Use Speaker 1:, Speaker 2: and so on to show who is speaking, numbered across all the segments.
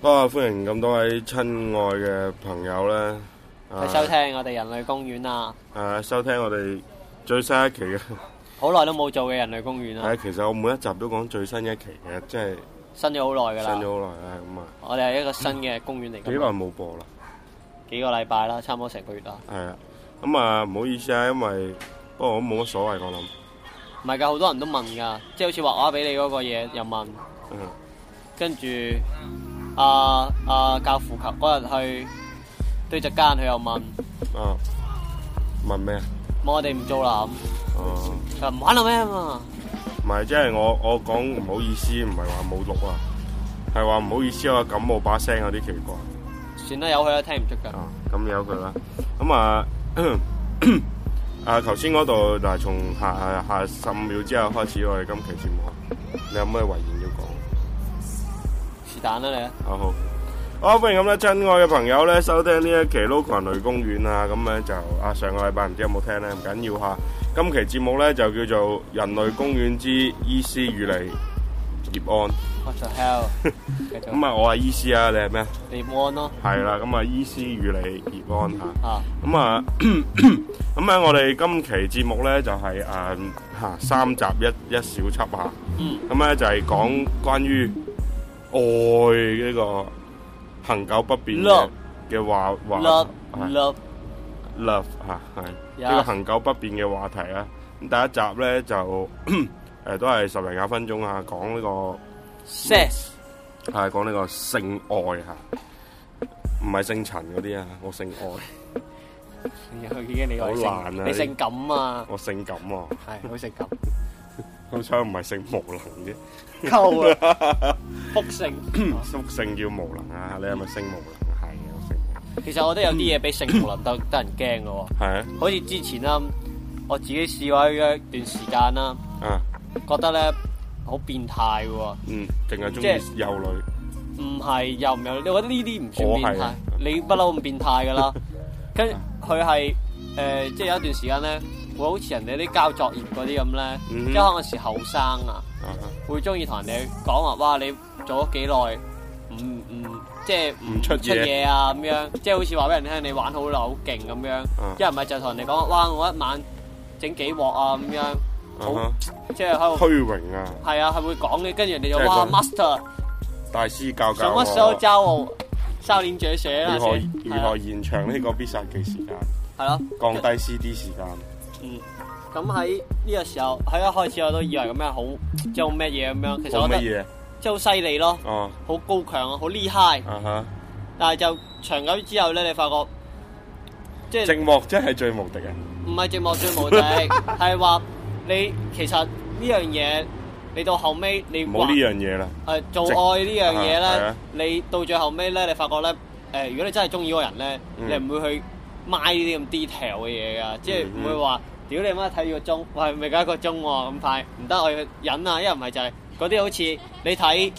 Speaker 1: 不過歡迎咁多位親愛嘅朋友咧，啊
Speaker 2: 去收聽我哋人類公園啊！
Speaker 1: 啊收聽我哋最新一期 嘅。
Speaker 2: 好耐都冇做嘅人類公園啦，
Speaker 1: 係其實我每一集都講最新一期嘅，即係
Speaker 2: 新咗好耐
Speaker 1: 新
Speaker 2: 㗎啦。
Speaker 1: 咗好耐啦，咁啊
Speaker 2: 我哋係一個新嘅公園嚟
Speaker 1: 幾
Speaker 2: 㗎
Speaker 1: 耐
Speaker 2: 嘛，
Speaker 1: 冇播啦，
Speaker 2: 幾個禮拜啦，差唔多成個月啦。
Speaker 1: 係啊，咁啊唔好意思啊，因為不過我冇乜所謂我諗，
Speaker 2: 唔係㗎，好多人都問㗎，即係好似畫畫俾你嗰個嘢又問，
Speaker 1: 嗯
Speaker 2: 跟住啊啊教父球嗰日去對隻間佢又問，
Speaker 1: 啊問咩啊？
Speaker 2: 冇我哋唔做啦
Speaker 1: 哦
Speaker 2: 咁，佢話唔玩啦咩嘛？
Speaker 1: 唔係，即係我我講唔好意思，唔係話冇錄啊，係話唔好意思，我感冒把聲有啲奇怪
Speaker 2: 算啦，由佢啦，聽唔出㗎。
Speaker 1: 啊，咁由佢啦。咁啊，啊頭先嗰度嗱，從下下十五秒之後開始我哋今期節目啊，你有咩遺言要講？
Speaker 2: 是但啦你啊，
Speaker 1: 好好。好，歡迎咁咧，親愛嘅朋友咧，收聽呢一期《撈群雷公園》啊，咁咧就啊上個禮拜唔知有冇聽咧，唔緊要嚇。今期節目咧就叫做《人類公園之醫師與你葉安》。
Speaker 2: 我就 hell，繼 續
Speaker 1: 咁啊，我係醫師啊，你係咩啊？
Speaker 2: 你安咯
Speaker 1: 係啦，咁啊，醫師與你葉安嚇。
Speaker 2: 啊，
Speaker 1: 咁啊， 咁咧，我哋今期節目咧就係誒嚇三集一一小輯嚇。
Speaker 2: 嗯。
Speaker 1: 咁咧就係講關於愛呢個恒久不變嘅
Speaker 2: Love
Speaker 1: 嘅話話
Speaker 2: love
Speaker 1: 係
Speaker 2: love
Speaker 1: love 嚇係呢個
Speaker 2: Yeah
Speaker 1: 恒久不變嘅話題啦。咁第一集咧就 誒都係十零廿分鐘啊，講呢個
Speaker 2: sex
Speaker 1: 係講呢個性愛嚇，唔係姓陳嗰啲啊，我姓愛，
Speaker 2: 佢哎已經你話
Speaker 1: 好難啊
Speaker 2: 性，
Speaker 1: 呢
Speaker 2: 你性感啊，
Speaker 1: 我性感喎、啊，
Speaker 2: 係好性 感，
Speaker 1: 好彩唔係姓無能啫，
Speaker 2: 溝啊，複 性。
Speaker 1: 宿姓叫無能啊，你係咪姓無能？係啊，我姓無能
Speaker 2: 其實我覺得有啲嘢比性無能得得人驚嘅喎，
Speaker 1: 係
Speaker 2: 好似之前啦，我自己試過一段時間啦，
Speaker 1: 啊，啊
Speaker 2: 覺得咧好變態嘅喎，
Speaker 1: 嗯，淨係中
Speaker 2: 即係
Speaker 1: 意幼女。
Speaker 2: 唔係又唔有，我覺得呢啲唔算
Speaker 1: 我係
Speaker 2: 變態
Speaker 1: 啊，
Speaker 2: 你不嬲咁變態 㗎啦。跟佢係誒，即係有一段時間咧，會好似人哋啲交作業嗰啲咁咧，
Speaker 1: 嗯
Speaker 2: 即係可能嗰時後生啊。
Speaker 1: 啊
Speaker 2: 會中意同人哋講話，哇！你做咗幾耐？唔唔，即係
Speaker 1: 唔出嘢
Speaker 2: 嘢啊咁樣，即係好似話俾人聽你玩好耐好勁咁樣。
Speaker 1: 啊
Speaker 2: 一唔係就同人哋講，哇！我一晚整幾鑊啊咁樣，好
Speaker 1: 啊
Speaker 2: 即係喺
Speaker 1: 哈，
Speaker 2: 度
Speaker 1: 虛榮啊，
Speaker 2: 係啊，係會講嘅。跟住人哋就
Speaker 1: 即係
Speaker 2: 哇
Speaker 1: 佢
Speaker 2: ，master
Speaker 1: 大師教
Speaker 2: 什
Speaker 1: 教
Speaker 2: 麼時候
Speaker 1: 我
Speaker 2: 教我少年絕學啦？
Speaker 1: 如何
Speaker 2: 先
Speaker 1: 如
Speaker 2: 係啊
Speaker 1: 何延長呢個必殺技時間，
Speaker 2: 係咯。
Speaker 1: 降低 CD 時間。
Speaker 2: 嗯，咁喺呢個時候，喺一開始我都以為咁樣好，即係好咩嘢咁樣。其實
Speaker 1: 做
Speaker 2: 我覺
Speaker 1: 乜
Speaker 2: 得
Speaker 1: 嘢？
Speaker 2: 即係好犀利咯，
Speaker 1: 哦，
Speaker 2: 好高強啊，好厲害。
Speaker 1: 啊哈，
Speaker 2: 但係就長久之後咧，你發覺即係
Speaker 1: 寂寞真係最無敵啊！
Speaker 2: 唔係寂寞最 無敵，係話你其實呢樣嘢，你到後尾你
Speaker 1: 唔好呢
Speaker 2: 話
Speaker 1: 樣嘢啦，
Speaker 2: 誒做愛呢樣嘢
Speaker 1: 啊係
Speaker 2: 咧
Speaker 1: 啊，
Speaker 2: 你到最後尾咧，你發覺咧誒、如果你真係中意嗰個人咧，
Speaker 1: 嗯
Speaker 2: 你唔會去買呢啲咁 detail 嘅嘢㗎，即係
Speaker 1: 嗯
Speaker 2: 唔
Speaker 1: 嗯
Speaker 2: 會話屌你媽睇住個鐘，喂未夠一個鐘喎、咁快，唔得我要忍啊，因為唔係就係嗰啲好似你睇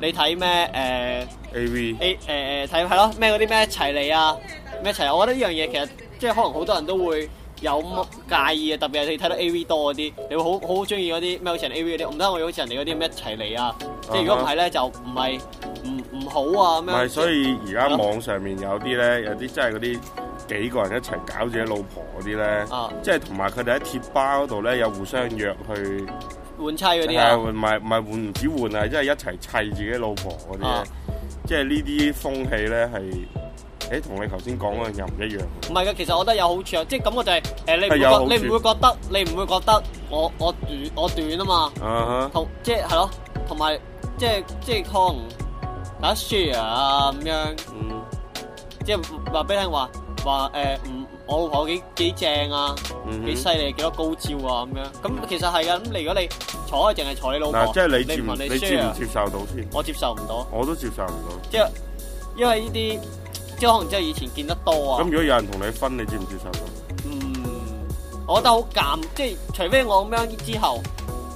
Speaker 2: 你睇咩誒？
Speaker 1: A V
Speaker 2: A 誒誒睇係咯，咩嗰啲咩齊嚟啊，咩齊嚟，我覺得呢樣嘢其實即係可能好多人都會有咁介意嘅，特別係你睇到 A.V. 多嗰啲，你會好好中意嗰啲咩好似人 A.V. 嗰啲，我唔得我要好似人哋嗰啲咩齊嚟啊，即係如果唔係咧就唔係唔唔好啊
Speaker 1: 唔
Speaker 2: 咁樣。
Speaker 1: 係，所以而家網上面有啲咧，有啲真係嗰啲幾個人一齊搞自己老婆嗰啲咧
Speaker 2: 啊，
Speaker 1: 即係同埋佢哋喺貼吧嗰度咧有互相約去，
Speaker 2: 換妻嗰
Speaker 1: 係
Speaker 2: 啲
Speaker 1: 啊
Speaker 2: 啊，
Speaker 1: 唔係唔係換唔止換啊，即係一齊砌自己老婆嗰啲呢
Speaker 2: 啊
Speaker 1: 即係呢啲風氣咧係，誒同你頭先講嗰樣又唔一樣嘅。
Speaker 2: 唔係嘅，其實我覺得有好處啊，即係感覺就係、誒、你唔
Speaker 1: 係
Speaker 2: 會
Speaker 1: 有好處
Speaker 2: 覺你唔會覺得你唔會覺得我我短我短啊嘛，
Speaker 1: 啊
Speaker 2: 同即係係咯，同埋即係即係可能打 share 啊咁樣。
Speaker 1: 哈，嗯
Speaker 2: 即係話俾你聽話話誒，唔我老婆幾幾正啊，
Speaker 1: 嗯
Speaker 2: 幾
Speaker 1: 哼
Speaker 2: 犀利，幾多高招啊咁樣。咁其實係噶，咁你如果你坐，淨係坐你老婆，
Speaker 1: 嗱，即係你接
Speaker 2: 唔
Speaker 1: 唔
Speaker 2: 同
Speaker 1: 你接唔
Speaker 2: share，
Speaker 1: 接受到先？
Speaker 2: 我接受唔到，
Speaker 1: 我都接受唔到。
Speaker 2: 即係因為呢啲即係可能即係以前見得多
Speaker 1: 咁
Speaker 2: 啊
Speaker 1: 如，果有人同你分，你接唔接受到？
Speaker 2: 嗯，我覺得好尷，即係除非我咁樣之後，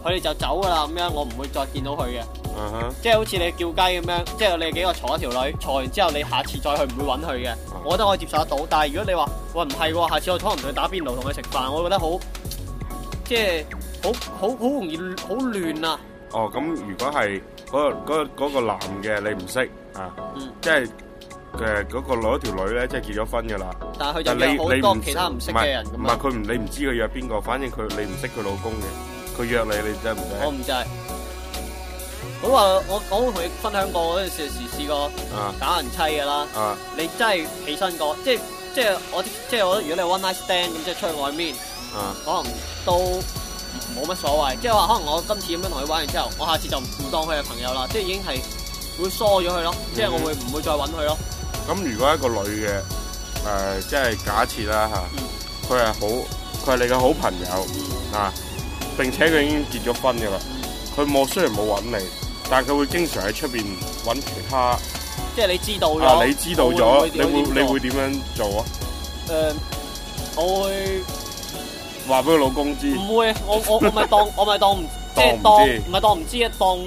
Speaker 2: 佢哋就走噶啦咁樣，我唔會再見到佢嘅。
Speaker 1: 啊哈，
Speaker 2: 即係好似你叫雞咁樣，即係你幾個坐一條女，坐完之後你下次再去唔會揾佢嘅，我覺得我接受得到。但係如果你話喂唔係喎，下次我可能同佢打邊爐，同佢食飯，我覺得好即係好好好容易好亂啊！
Speaker 1: 哦，咁如果係嗰個嗰個嗰個男嘅你唔識，啊，
Speaker 2: 嗯
Speaker 1: 即係誒嗰個女一條女咧，即係結咗婚㗎啦。
Speaker 2: 但係佢就
Speaker 1: 但你
Speaker 2: 約
Speaker 1: 你
Speaker 2: 好
Speaker 1: 唔
Speaker 2: 多其他唔識
Speaker 1: 係
Speaker 2: 嘅人
Speaker 1: 唔
Speaker 2: 咁
Speaker 1: 係
Speaker 2: 啊，
Speaker 1: 佢唔你唔知佢約邊個，反正佢你唔識佢老公嘅，佢約你你真係唔
Speaker 2: 我
Speaker 1: 使
Speaker 2: 唔制。我話我我同你分享過嗰陣時時試過
Speaker 1: 啊
Speaker 2: 打人妻㗎啦，
Speaker 1: 啊
Speaker 2: 你真係起身過，即係即係我即係我如果你 one night stand 咁即係出去外面。
Speaker 1: 啊
Speaker 2: 可能都冇乜所謂，即係話可能我今次咁樣同佢玩完之後，我下次就唔當佢係朋友啦，即係已經係會疏咗佢咯，
Speaker 1: 嗯
Speaker 2: 即係我會唔會再揾佢咯？
Speaker 1: 咁如果一個女嘅誒、即係假設啦
Speaker 2: 嗯
Speaker 1: 嚇，佢係好佢係你嘅好朋友啊，並且佢已經結咗婚㗎啦，
Speaker 2: 嗯
Speaker 1: 佢冇雖然冇揾你，但係佢會經常喺出邊揾其他啊，
Speaker 2: 即係你知道咗，
Speaker 1: 你知道
Speaker 2: 啊我
Speaker 1: 咗，
Speaker 2: 會
Speaker 1: 你會
Speaker 2: 我會
Speaker 1: 你會點樣做啊？
Speaker 2: 誒，我會
Speaker 1: 話俾佢老公知，
Speaker 2: 唔會？我我我 咪當我咪當唔即係
Speaker 1: 當
Speaker 2: 當
Speaker 1: 唔知
Speaker 2: 唔係當唔知嘅當。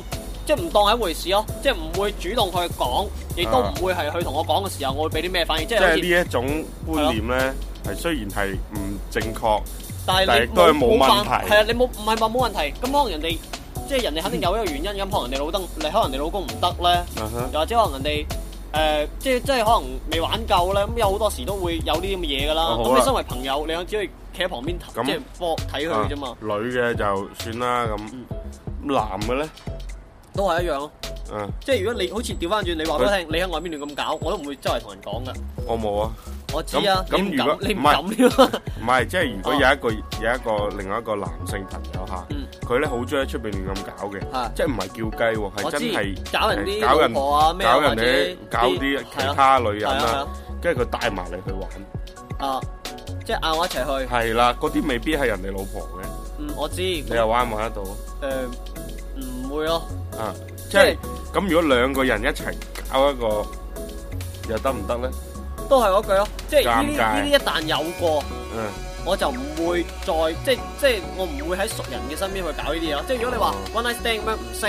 Speaker 2: 即係唔當係一回事咯，即係唔會主動去講，亦都
Speaker 1: 啊
Speaker 2: 唔會係佢同我講嘅時候，我會俾啲咩反應，即
Speaker 1: 即
Speaker 2: 係好
Speaker 1: 係
Speaker 2: 似，
Speaker 1: 呢一種觀念咧，係雖然係唔正確。
Speaker 2: 但
Speaker 1: 但
Speaker 2: 係
Speaker 1: 係
Speaker 2: 你
Speaker 1: 都係冇
Speaker 2: 辦
Speaker 1: 問題
Speaker 2: 係啊，你冇唔係話冇問題，咁可能人哋即係人哋肯定有一個原因，咁可能人哋老登，你可能人哋老公唔得咧，
Speaker 1: 啊哈
Speaker 2: 又或者可能人哋誒、呃即係即係可能未玩夠咧，咁有好多時都會有啲咁嘅嘢噶啦。
Speaker 1: 哦好
Speaker 2: 咁、
Speaker 1: 啦
Speaker 2: 你身為朋友，你只可以企喺旁邊
Speaker 1: 咁啊
Speaker 2: 睇，即係幫睇佢啫嘛，
Speaker 1: 女嘅就算啦咁，男嘅咧，
Speaker 2: 都係一樣咯。
Speaker 1: 嗯，
Speaker 2: 即係如果你好似調翻轉，你話俾我聽，你喺外邊亂咁搞，我都唔會周圍同人講噶。
Speaker 1: 我冇啊，
Speaker 2: 我知啊，
Speaker 1: 咁
Speaker 2: 你
Speaker 1: 咁
Speaker 2: 唔
Speaker 1: 如果
Speaker 2: 敢，你唔
Speaker 1: 唔係
Speaker 2: 敢添。
Speaker 1: 唔係，即係如果
Speaker 2: 哦
Speaker 1: 有一個有一個另外一個男性朋友
Speaker 2: 嗯
Speaker 1: 嚇，佢咧好中意喺出邊亂咁搞嘅，
Speaker 2: 係
Speaker 1: 即係唔係叫雞喎，係
Speaker 2: 我
Speaker 1: 真係
Speaker 2: 知，搞人啲
Speaker 1: 搞
Speaker 2: 老
Speaker 1: 人
Speaker 2: 婆啊，咩啊
Speaker 1: 搞人
Speaker 2: 或者
Speaker 1: 哋搞啲
Speaker 2: 係
Speaker 1: 其
Speaker 2: 啊
Speaker 1: 他女人
Speaker 2: 係啊係
Speaker 1: 啦
Speaker 2: 啊，
Speaker 1: 跟住佢帶埋你去玩，
Speaker 2: 啊，即係嗌我一齊去。
Speaker 1: 係啦，嗰啲未必係人哋老婆嘅，
Speaker 2: 嗯，我知。
Speaker 1: 你
Speaker 2: 誒
Speaker 1: 又玩唔玩得到啊？
Speaker 2: 唔會咯，
Speaker 1: 啊，即
Speaker 2: 即係
Speaker 1: 係咁，如果兩個人一齊搞一個，又得唔得咧？
Speaker 2: 都係嗰句咯。即係呢
Speaker 1: 尷
Speaker 2: 啲
Speaker 1: 尬
Speaker 2: 呢啲一旦有過。
Speaker 1: 嗯，
Speaker 2: 我就唔會再即即我唔會喺熟人嘅身邊去搞呢啲嘢咯。即如果你話 one night stand 咁樣唔識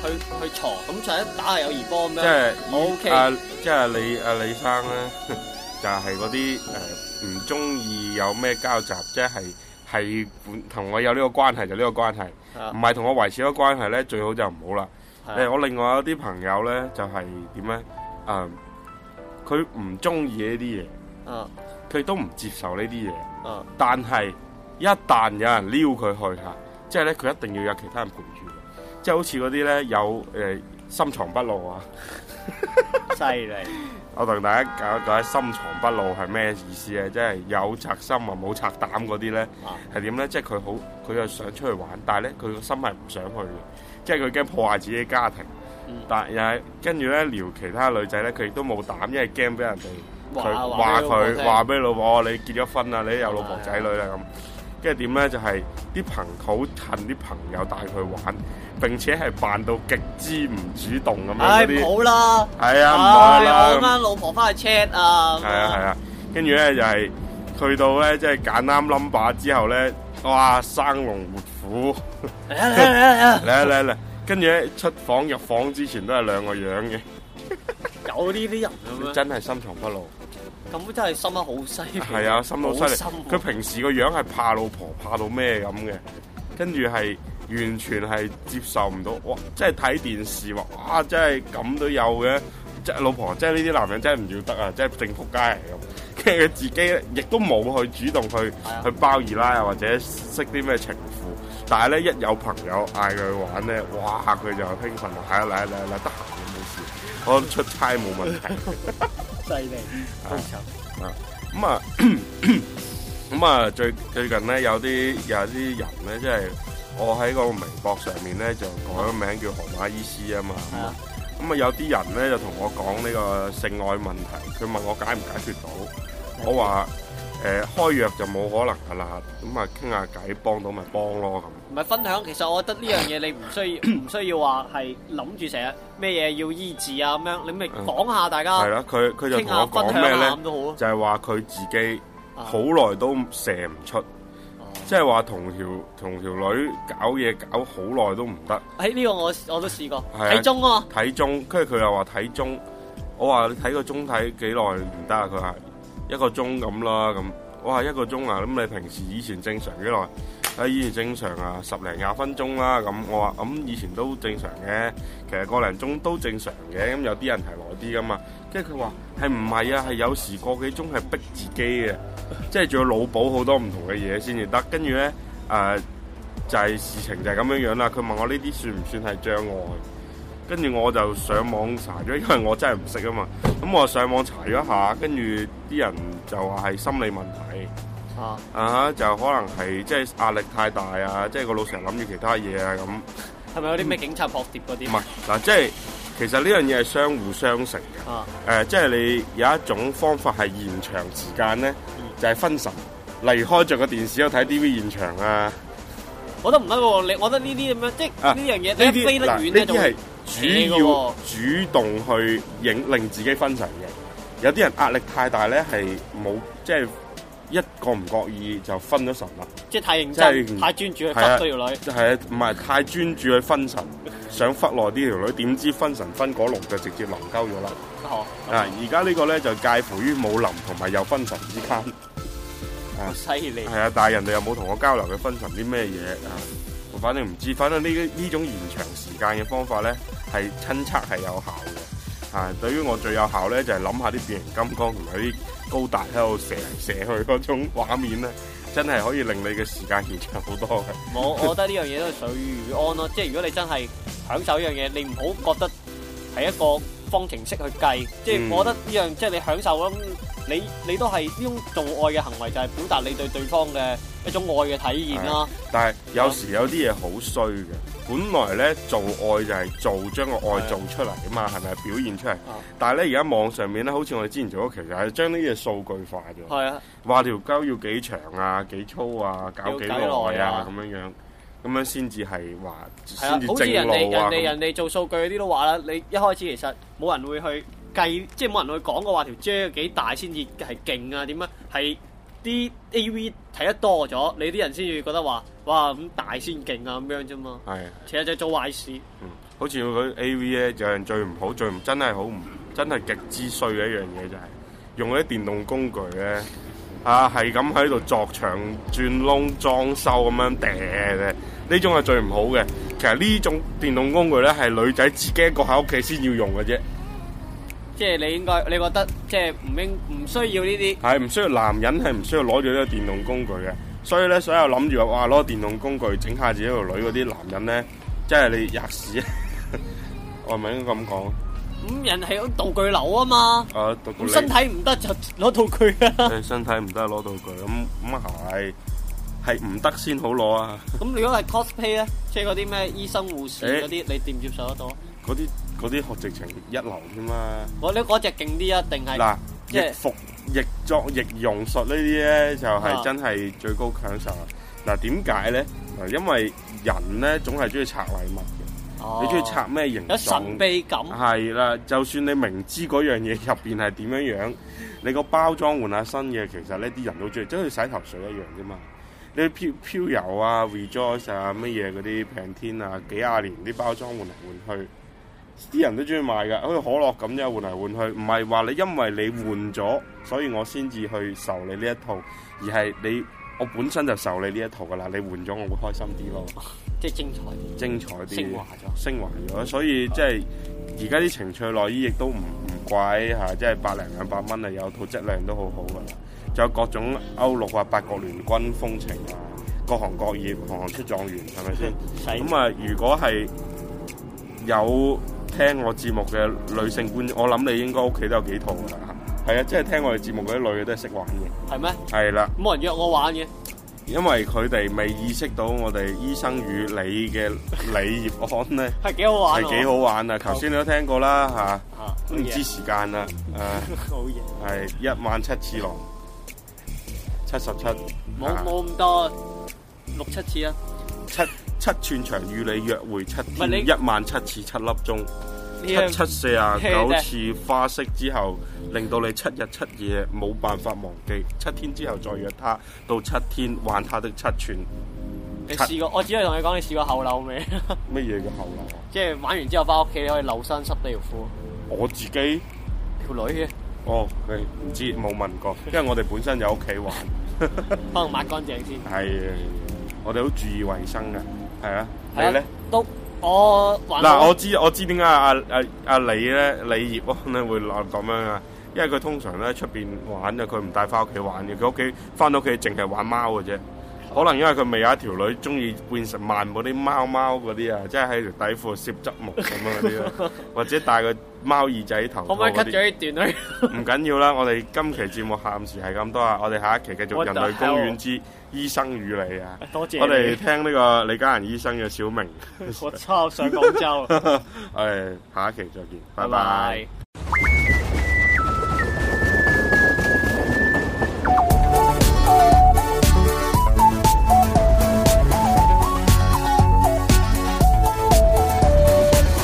Speaker 2: 去去挫，咁就一打下友誼波咁
Speaker 1: 即
Speaker 2: 樣，
Speaker 1: 係
Speaker 2: 我 OK
Speaker 1: 啊，即係李阿李生咧， 就係嗰啲誒唔中意有咩交集，即係係本同我有呢個關係就呢個關係，
Speaker 2: 啊
Speaker 1: 唔係同我維持呢個關係咧，最好就唔好啦。
Speaker 2: 係
Speaker 1: 誒，
Speaker 2: 啊
Speaker 1: 我另外有啲朋友咧，就係點咧？誒，佢唔中意呢啲嘢，
Speaker 2: 啊
Speaker 1: 佢都唔接受呢啲嘢，
Speaker 2: 啊
Speaker 1: 但係一旦有人撩佢去嚇，即係咧佢一定要有其他人陪住，即係好似嗰啲咧有誒深藏不露啊。
Speaker 2: 犀利
Speaker 1: 我同大家講講下深藏不露係咩意思啊咧？即係有賊心啊，冇賊膽嗰啲咧
Speaker 2: 啊
Speaker 1: 係點咧？即係佢好，佢又想出去玩，但係咧佢個心係唔想去嘅，即係佢驚破壞自己嘅家庭。
Speaker 2: 嗯
Speaker 1: 但係又係跟住咧撩其他女仔咧，佢亦都冇膽，因為驚俾人哋
Speaker 2: 話
Speaker 1: 佢話
Speaker 2: 話俾老婆
Speaker 1: 佢
Speaker 2: 聽
Speaker 1: 話俾老婆，哦你結咗婚啦，你有老婆仔女啦咁。跟住點咧？就係、啲朋好恨啲朋友帶佢玩，並且係扮到極之唔主動咁樣嗰
Speaker 2: 唉
Speaker 1: 啲。
Speaker 2: 唔好啦，
Speaker 1: 係啊，唔好
Speaker 2: 唉
Speaker 1: 啦。
Speaker 2: 我
Speaker 1: 咁
Speaker 2: 啱老婆翻去 check 啊，
Speaker 1: 係啊係啊，跟住咧就係、去到咧即係揀啱 number 之後咧，哇生龍活虎，
Speaker 2: 嚟啊嚟啊嚟啊嚟啊
Speaker 1: 嚟啊嚟啊嚟啊！跟住咧出房入房之前都係兩個樣嘅，
Speaker 2: 有呢啲人咁啊樣，
Speaker 1: 真係深藏不露。
Speaker 2: 咁真係心得好犀利，
Speaker 1: 係啊，心到犀利
Speaker 2: 好深。喎
Speaker 1: 佢平時個樣係怕老婆，怕到咩咁嘅，跟住係完全係接受唔到。哇！即係睇電視話，哇！真係咁都有嘅。即係老婆，即係呢啲男人真係唔要得啊！真係正仆街嚟咁。 跟住佢自己咧亦都冇去主動去
Speaker 2: 係啊
Speaker 1: 去包二奶啊，或者識啲咩情婦。但係咧，一有朋友嗌佢去玩咧，哇！佢就興奮啦，係啊嚟啊嚟啊嚟啊，得閒嘅冇事，我出差冇問題。
Speaker 2: 犀利，
Speaker 1: 啊
Speaker 2: 高手
Speaker 1: 咁啊， 咁啊，最最近咧有啲有啲人咧，即係我喺個微博上面咧就改個名叫河馬醫師啊嘛。
Speaker 2: 係啊，
Speaker 1: 咁啊，有啲人咧就同我講呢個性愛問題，佢問我解唔解決到，
Speaker 2: 嗯
Speaker 1: 我話誒、開藥就冇可能噶啦，咁啊傾下偈，幫到咪幫咯咁。
Speaker 2: 唔係分享，其實我覺得呢樣嘢你唔需 要唔需要話係諗住成日咩嘢要醫治啊咁樣，你咪講下大
Speaker 1: 嗯係
Speaker 2: 家
Speaker 1: 啦，佢佢就
Speaker 2: 啊傾
Speaker 1: 同
Speaker 2: 下
Speaker 1: 我
Speaker 2: 分
Speaker 1: 講
Speaker 2: 享
Speaker 1: 咩
Speaker 2: 下
Speaker 1: 咧
Speaker 2: 咁？都好
Speaker 1: 就係話佢自己
Speaker 2: 啊。哦
Speaker 1: 好耐都射唔出，即係話同條同條女搞嘢搞好耐都唔得。
Speaker 2: 喺哎呢個我我都試過
Speaker 1: 係啊
Speaker 2: 睇中啊嘛，
Speaker 1: 睇鐘，跟住佢又話睇鐘，我話你睇個鐘睇幾耐唔得啊？佢話一個鐘咁啦咁，我話一個鐘啊，咁你平時以前正常幾耐？喺以前正常啊，十零廿分鐘啦。咁我話咁、以前都正常嘅，其實個零鐘都正常嘅。咁有啲人係耐啲噶嘛。跟住佢話係唔係啊？係有時個幾鐘係逼自己嘅， 即係仲要腦補好多唔同嘅嘢先至得。跟住咧誒。就係事情就係咁樣樣啦。佢問我呢啲算唔算係障礙？跟住我就上網查咗，因為我真係唔識啊嘛。咁我上網查咗一下，跟住啲人就話係心理問題
Speaker 2: 啊，
Speaker 1: 啊，就可能係即係壓力太大啊，即係個老成日諗住其他嘢啊咁。
Speaker 2: 係咪有啲咩警察撲碟嗰
Speaker 1: 唔
Speaker 2: 啲？
Speaker 1: 係嗱，即係其實呢樣嘢係相互相成嘅。
Speaker 2: 啊，
Speaker 1: 誒、即係你有一種方法係延長時間咧，就係、分神，例如開着個電視有睇 DV 現場啊。
Speaker 2: 我覺得唔得喎，你我覺得呢啲咁樣，即係
Speaker 1: 啊
Speaker 2: 呢樣嘢，
Speaker 1: 呢
Speaker 2: 你一
Speaker 1: 啲
Speaker 2: 飛得
Speaker 1: 嗱，
Speaker 2: 遠
Speaker 1: 呢
Speaker 2: 咧就
Speaker 1: 啲係
Speaker 2: 會
Speaker 1: 主要主動去影令自己分神嘅。有啲人壓力太大咧，係冇即係一個唔覺意就分咗神啦。
Speaker 2: 即係太認
Speaker 1: 即
Speaker 2: 真、
Speaker 1: 係
Speaker 2: 太專注去
Speaker 1: 係啊
Speaker 2: 忽對條女。
Speaker 1: 就係唔係太專注去分神，想忽耐啲條女，點知分神分嗰龍就直接淋鳩咗啦。
Speaker 2: 哦，
Speaker 1: 啊！而家呢個咧就介乎於冇淋同埋有分神之間。
Speaker 2: 好犀利。
Speaker 1: 係啊，但係人哋又冇同我交流佢分神啲咩嘢啊，我反正唔知。反正呢呢種延長時間嘅方法咧，係親測係有效嘅。啊，對於我最有效咧，就係、諗下啲變形金剛同埋啲高達喺度射嚟射去嗰種畫面咧，真係可以令你嘅時間延長好多嘅。
Speaker 2: 冇，我覺得呢樣嘢都係水魚安咯。即係如果你真係享受呢樣嘢，你唔好覺得係一個方程式去計。即係
Speaker 1: 嗯
Speaker 2: 我覺得呢樣即係你享受咁，你你都係呢種做愛嘅行為，就係表達你對對方嘅一種愛嘅體驗啦。
Speaker 1: 但係有時有啲嘢好衰嘅，本來咧做愛就係做將個愛做出嚟啊嘛，係咪表現出嚟
Speaker 2: 啊？
Speaker 1: 但係咧而家網上面咧，好似我哋之前做嗰期就係將呢啲嘢數據化咗。
Speaker 2: 係啊，
Speaker 1: 話條鳩要幾長啊、幾粗啊、搞幾
Speaker 2: 要幾
Speaker 1: 耐
Speaker 2: 耐啊
Speaker 1: 啊咁樣樣，咁樣先至係話
Speaker 2: 係啊
Speaker 1: 先至，
Speaker 2: 好似人
Speaker 1: 正
Speaker 2: 哋
Speaker 1: 路啊。
Speaker 2: 人哋
Speaker 1: 咁
Speaker 2: 人哋做數據嗰啲都話啦，你一開始其實冇人會去計，即係冇人去講過話條 J 幾大先至係勁啊？點啊？係啲 A.V. 睇得多咗，你啲人先至覺得話哇咁大先勁啊咁樣啫嘛。
Speaker 1: 係，
Speaker 2: 其實就係做壞事。
Speaker 1: 嗯，好似佢 A V 咧，有人最唔好、最唔真係好唔真係極之衰嘅一樣嘢就係用嗰啲電動工具咧，啊係咁喺度作牆轉窿裝修咁樣掟嘅，呢種係最唔好嘅。其實呢種電動工具咧係女仔自己一個喺屋企先要用嘅啫。
Speaker 2: 即係你應該，你覺得即係唔應唔需要呢啲
Speaker 1: 係唔需要男人係唔需要攞住呢個電動工具嘅，所以咧所有諗住話哇攞電動工具整下自己條女嗰啲男人咧，即係你吔屎， 我係咪應該咁講？
Speaker 2: 咁人係有道具流啊嘛，
Speaker 1: 啊，讀到
Speaker 2: 咁身體唔得就攞道具 啊。
Speaker 1: 你你身體唔得攞道具，咁咁係係唔得先好攞啊！
Speaker 2: 咁如果係 cosplay 咧，即係嗰啲咩醫生護士
Speaker 1: 誒
Speaker 2: 嗰啲，你接唔接受得到？
Speaker 1: 嗰啲嗰啲學直情一流添啦。
Speaker 2: 我呢嗰只勁啲啊，定係
Speaker 1: 嗱，
Speaker 2: 即係
Speaker 1: 逆服、逆作、逆用術呢啲咧，就
Speaker 2: 啊
Speaker 1: 係真係最高享受啦。嗱，點解咧？嗱，因為人咧總係中意拆禮物嘅。
Speaker 2: 哦
Speaker 1: 你中意拆咩形
Speaker 2: 有
Speaker 1: 狀
Speaker 2: 神？秘感
Speaker 1: 係啦，就算你明知嗰樣嘢入邊係點樣樣，你個包裝換下新嘅，其實呢啲人都中意，即係好似洗頭水一樣啫嘛。你飄飄柔啊、Rejoice 啊、乜嘢嗰啲 Pantene 啊，幾廿年啲包裝換嚟換去，啲人都中意買㗎，好似可樂咁啫，換嚟換去。唔係話你因為你換咗，所以我先至去受你呢一套，而係你我本身就受你呢一套㗎啦。你換咗，我會開心啲咯，
Speaker 2: 即係精彩
Speaker 1: 精彩啲。
Speaker 2: 升華咗。
Speaker 1: 升華咗，所以即係而家啲情趣內衣亦都唔唔貴嚇，即係百零兩百蚊啊，有套質量都好好噶啦。仲有各種歐陸啊、八國聯軍風情啊，各行各業，行行出狀元，係咪先？
Speaker 2: 使
Speaker 1: 咁啊，如果係有聽我節目嘅女性觀眾，我諗你應該屋企都有幾套噶啦嚇。係啊，即係聽我哋節目嗰啲女嘅都係識玩嘅。
Speaker 2: 係咩？
Speaker 1: 係啦。
Speaker 2: 冇人約我玩嘅，
Speaker 1: 因為佢哋未意識到我哋醫生與理嘅李業安咧。
Speaker 2: 係幾好玩
Speaker 1: 係
Speaker 2: 喎。
Speaker 1: 幾好玩啊！頭先你都聽過啦嚇，
Speaker 2: 啊！
Speaker 1: 都
Speaker 2: 好
Speaker 1: 唔知
Speaker 2: 嘢，
Speaker 1: 時間啦。
Speaker 2: 好
Speaker 1: 誒
Speaker 2: 嘢，
Speaker 1: 係一萬七次郎，七十七，
Speaker 2: 冇
Speaker 1: 啊
Speaker 2: 冇咁多六七次啊！
Speaker 1: 七七寸長與你約會七
Speaker 2: 係你
Speaker 1: 天，一萬七次七粒鐘，
Speaker 2: 呢
Speaker 1: 七
Speaker 2: 樣
Speaker 1: 七四 啊九次花式之後，令到你七日七夜冇辦法忘記。七天之後再約他，到七天還他的七寸。
Speaker 2: 你試過？我只可以同你講，你試過後樓未？
Speaker 1: 乜嘢叫後流啊？
Speaker 2: 即係玩完之後翻屋企，你可以留身濕低條褲。
Speaker 1: 我自己
Speaker 2: 條女嘅，
Speaker 1: 哦，佢唔知冇問過，因為我哋本身有屋企玩。
Speaker 2: 可能抹乾淨先。
Speaker 1: 係啊。我哋好注意衞生嘅，係啊，你
Speaker 2: 係啊
Speaker 1: 咧？
Speaker 2: 都我玩
Speaker 1: 嗱，我知我知點解阿阿阿李咧李業安咧會鬧咁樣啊，因為佢通常咧出邊玩嘅，佢唔帶翻屋企玩嘅，佢屋企翻到屋企淨係玩貓嘅啫。可能因為佢未有一條女中意變成慢嗰啲貓貓嗰啲啊，即係喺條底褲攝執毛咁樣嗰啲 啊，或者戴個貓耳仔頭
Speaker 2: 可
Speaker 1: 套
Speaker 2: 唔可以
Speaker 1: 嗰
Speaker 2: cut
Speaker 1: 啲，
Speaker 2: 咗呢 段咧？
Speaker 1: 唔緊要啦。我哋今期節目暫時係咁多啊，我哋下一期繼續
Speaker 2: What
Speaker 1: 人
Speaker 2: the
Speaker 1: 類公
Speaker 2: hell？
Speaker 1: 園之醫生與你啊，
Speaker 2: 多謝
Speaker 1: 我哋
Speaker 2: 你
Speaker 1: 聽呢個李嘉仁醫生嘅小 明。
Speaker 2: 我操，上廣州，
Speaker 1: 我哋下一期再見， 拜拜
Speaker 2: 拜拜。。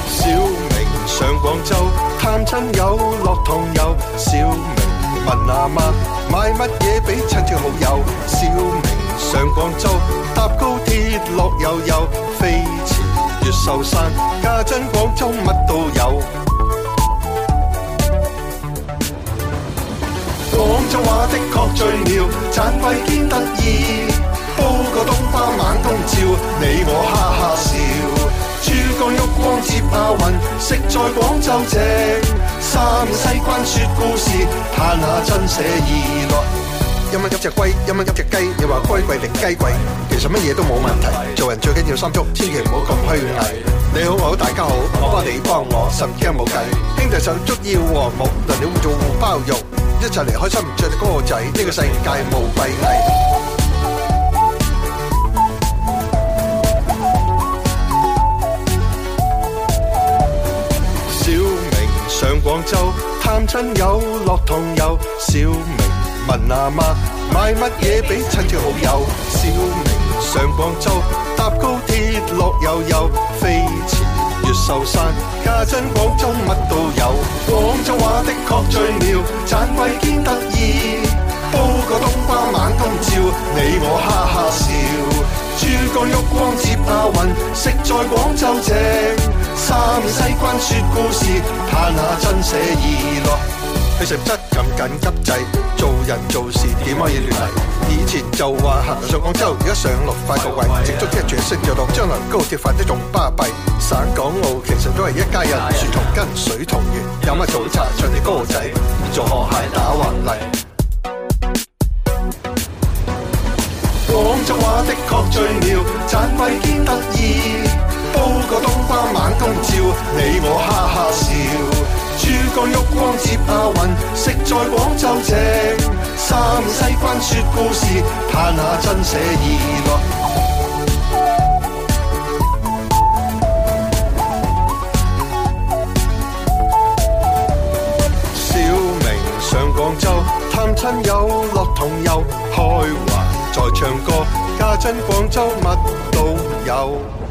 Speaker 3: 小明上廣州探親友，落趟友。小明問阿媽買乜嘢俾親戚好友。小明上廣州搭高鐵落悠悠，飛前越秀山，家陣廣州乜都有。廣州話的確最妙，盞鬼堅得意。煲個冬花晚冬照，你我哈哈笑。珠江旭光接亞運，食在廣州正。三西關說故事，嘆下真寫意來。一蚊一隻龜，一蚊一隻雞，你話龜貴定雞貴？其實乜嘢都冇問題，做人最緊要心足，千祈唔好咁虛偽。你好，我好，大家好，我幫你幫我，甚驚冇計。兄弟手足要和睦，能料做互包容，一齊嚟開心唔着歌仔，呢、個世界冇閉翳。小明上廣州探親友，落趟友。小明問阿媽買乜嘢俾親戚好友。小明上廣州搭高鐵落悠悠，飛前越秀山，家陣廣州乜都有。廣州話的確最妙，盞鬼堅得意。煲個冬瓜晚冬照，你我哈哈笑。珠江旭光接亞運，食在廣州正。三西關說故事，嘆下真寫意來。去食質咁緊急制，做人做事點可以亂嚟？以前就話行上廣州，而家上六塊個位，直足一轉升咗落，將來高鐵快啲仲巴閉。省港澳其實都係一家人，樹同根，水同源，飲下早茶，唱啲歌仔，做河蟹打橫嚟。廣州話的確最妙，盞鬼堅得意。煲個冬瓜晚冬照，你我哈哈笑。珠江旭光接亞運，食在廣州正。三西關說故事，嘆下真寫意來。小明上廣州探親友，落同友開懷在唱歌，家陣廣州乜都有。